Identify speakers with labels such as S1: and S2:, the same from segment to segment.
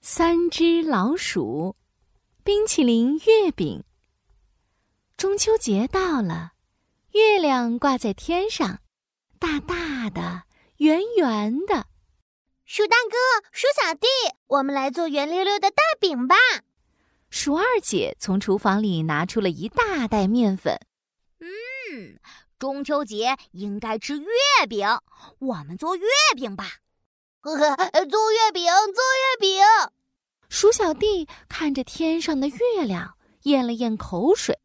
S1: 三只老鼠，冰淇淋月饼。中秋节到了，月亮挂在天上，大大的，圆圆的。
S2: 鼠大哥，鼠小弟，我们来做圆溜溜的大饼吧！
S1: 鼠二姐从厨房里拿出了一大袋面粉。
S3: 嗯，中秋节应该吃月饼，我们做月饼吧。
S2: 呵呵，呃做月饼，做月饼。
S1: 鼠小弟看着天上的月亮，咽了咽口水。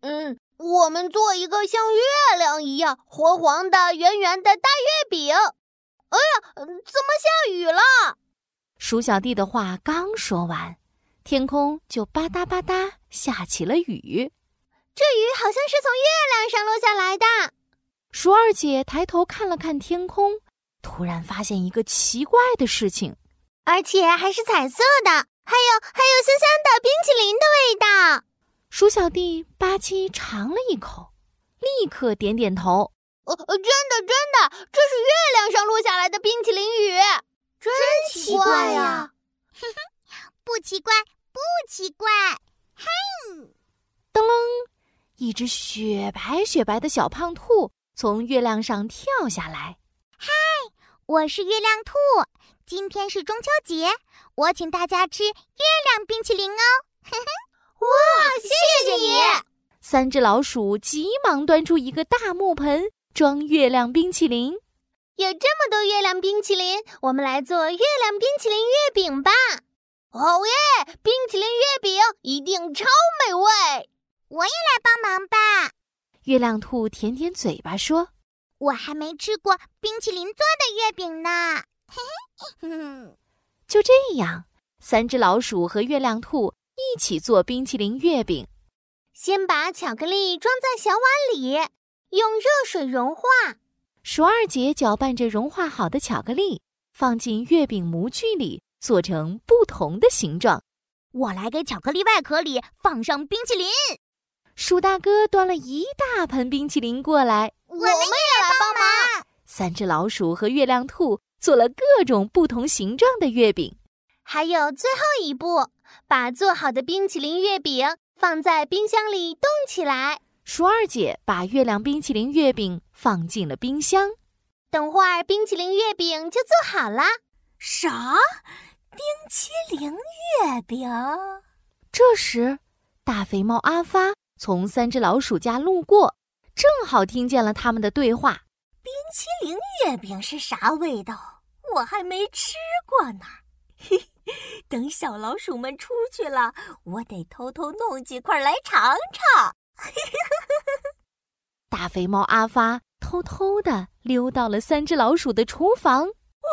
S2: 嗯，我们做一个像月亮一样黄黄的、圆圆的大月饼。哎呀，怎么下雨了？
S1: 鼠小弟的话刚说完，天空就吧嗒吧嗒下起了雨。
S2: 这雨好像是从月亮上落下来的。
S1: 鼠二姐抬头看了看天空，突然发现一个奇怪的事情，
S2: 而且还是彩色的，还有还有香香的冰淇淋的味道。
S1: 鼠小弟吧唧尝了一口，立刻点点头。
S2: 呃、哦，真的真的，这是月亮上落下来的冰淇淋雨，
S4: 真奇怪呀、啊！
S3: 哼哼，不奇怪，不奇怪。嘿，
S1: 噔楞，一只雪白雪白的小胖兔从月亮上跳下来。
S5: 嗨，我是月亮兔，今天是中秋节，我请大家吃月亮冰淇淋哦。哼
S2: 哼，哇，谢谢你！
S1: 三只老鼠急忙端出一个大木盆。装月亮冰淇淋，
S2: 有这么多月亮冰淇淋，我们来做月亮冰淇淋月饼吧！哦耶，冰淇淋月饼一定超美味！
S5: 我也来帮忙吧。
S1: 月亮兔舔舔嘴巴说：“
S5: 我还没吃过冰淇淋做的月饼呢。”嘿嘿，
S1: 就这样，三只老鼠和月亮兔一起做冰淇淋月饼。
S2: 先把巧克力装在小碗里。用热水融化，
S1: 鼠二姐搅拌着融化好的巧克力，放进月饼模具里，做成不同的形状。
S3: 我来给巧克力外壳里放上冰淇淋。
S1: 鼠大哥端了一大盆冰淇淋过来，
S2: 我们也来帮忙。
S1: 三只老鼠和月亮兔做了各种不同形状的月饼。
S2: 还有最后一步，把做好的冰淇淋月饼放在冰箱里冻起来。
S1: 鼠二姐把月亮冰淇淋月饼放进了冰箱，
S2: 等会儿冰淇淋月饼就做好啦。
S4: 啥？冰淇淋月饼？
S1: 这时，大肥猫阿发从三只老鼠家路过，正好听见了他们的对话。
S4: 冰淇淋月饼是啥味道？我还没吃过呢。 嘿等小老鼠们出去了，我得偷偷弄几块来尝尝。
S1: 大肥猫阿发偷偷的溜到了三只老鼠的厨房。
S4: 哇，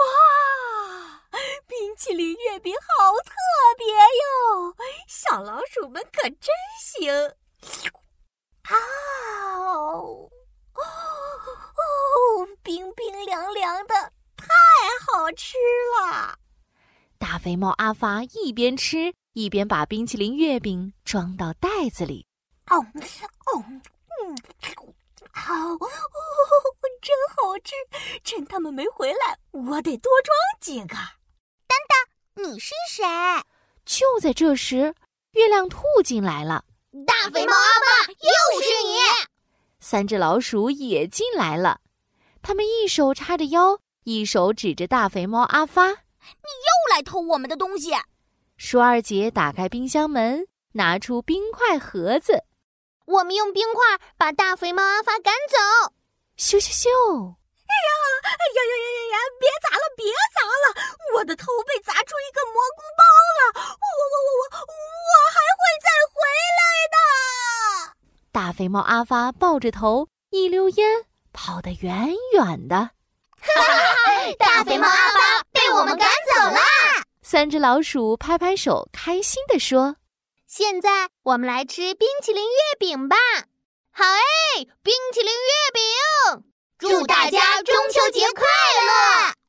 S4: 冰淇淋月饼好特别哟！小老鼠们可真行。啊哦哦，冰冰凉凉的，太好吃了！
S1: 大肥猫阿发一边吃一边把冰淇淋月饼装到袋子里。
S4: 哦哦嗯，好哦，真好吃！趁他们没回来，我得多装几个。
S5: 等等，你是谁？
S1: 就在这时，月亮兔进来了。
S6: 大肥猫阿爸，又是你！
S1: 三只老鼠也进来了，他们一手叉着腰，一手指着大肥猫阿发：“你
S3: 又来偷我们的东西！”
S1: 鼠二姐打开冰箱门，拿出冰块盒子。
S2: 我们用冰块把大肥猫阿发赶走！
S1: 咻咻咻！
S4: 哎呀，哎呀呀呀呀呀！别砸了，别砸了！我的头被砸出一个蘑菇包了！我我我我我还会再回来
S1: 的！大肥猫阿发抱着头一溜烟跑得远远的。
S6: 哈
S4: 哎
S6: 哈！大肥猫阿发被我们赶走啦！
S1: 三只老鼠拍拍手，开心地说。
S2: 现在我们来吃冰淇淋月饼吧！好哎，冰淇淋月饼！
S6: 祝大家中秋节快乐！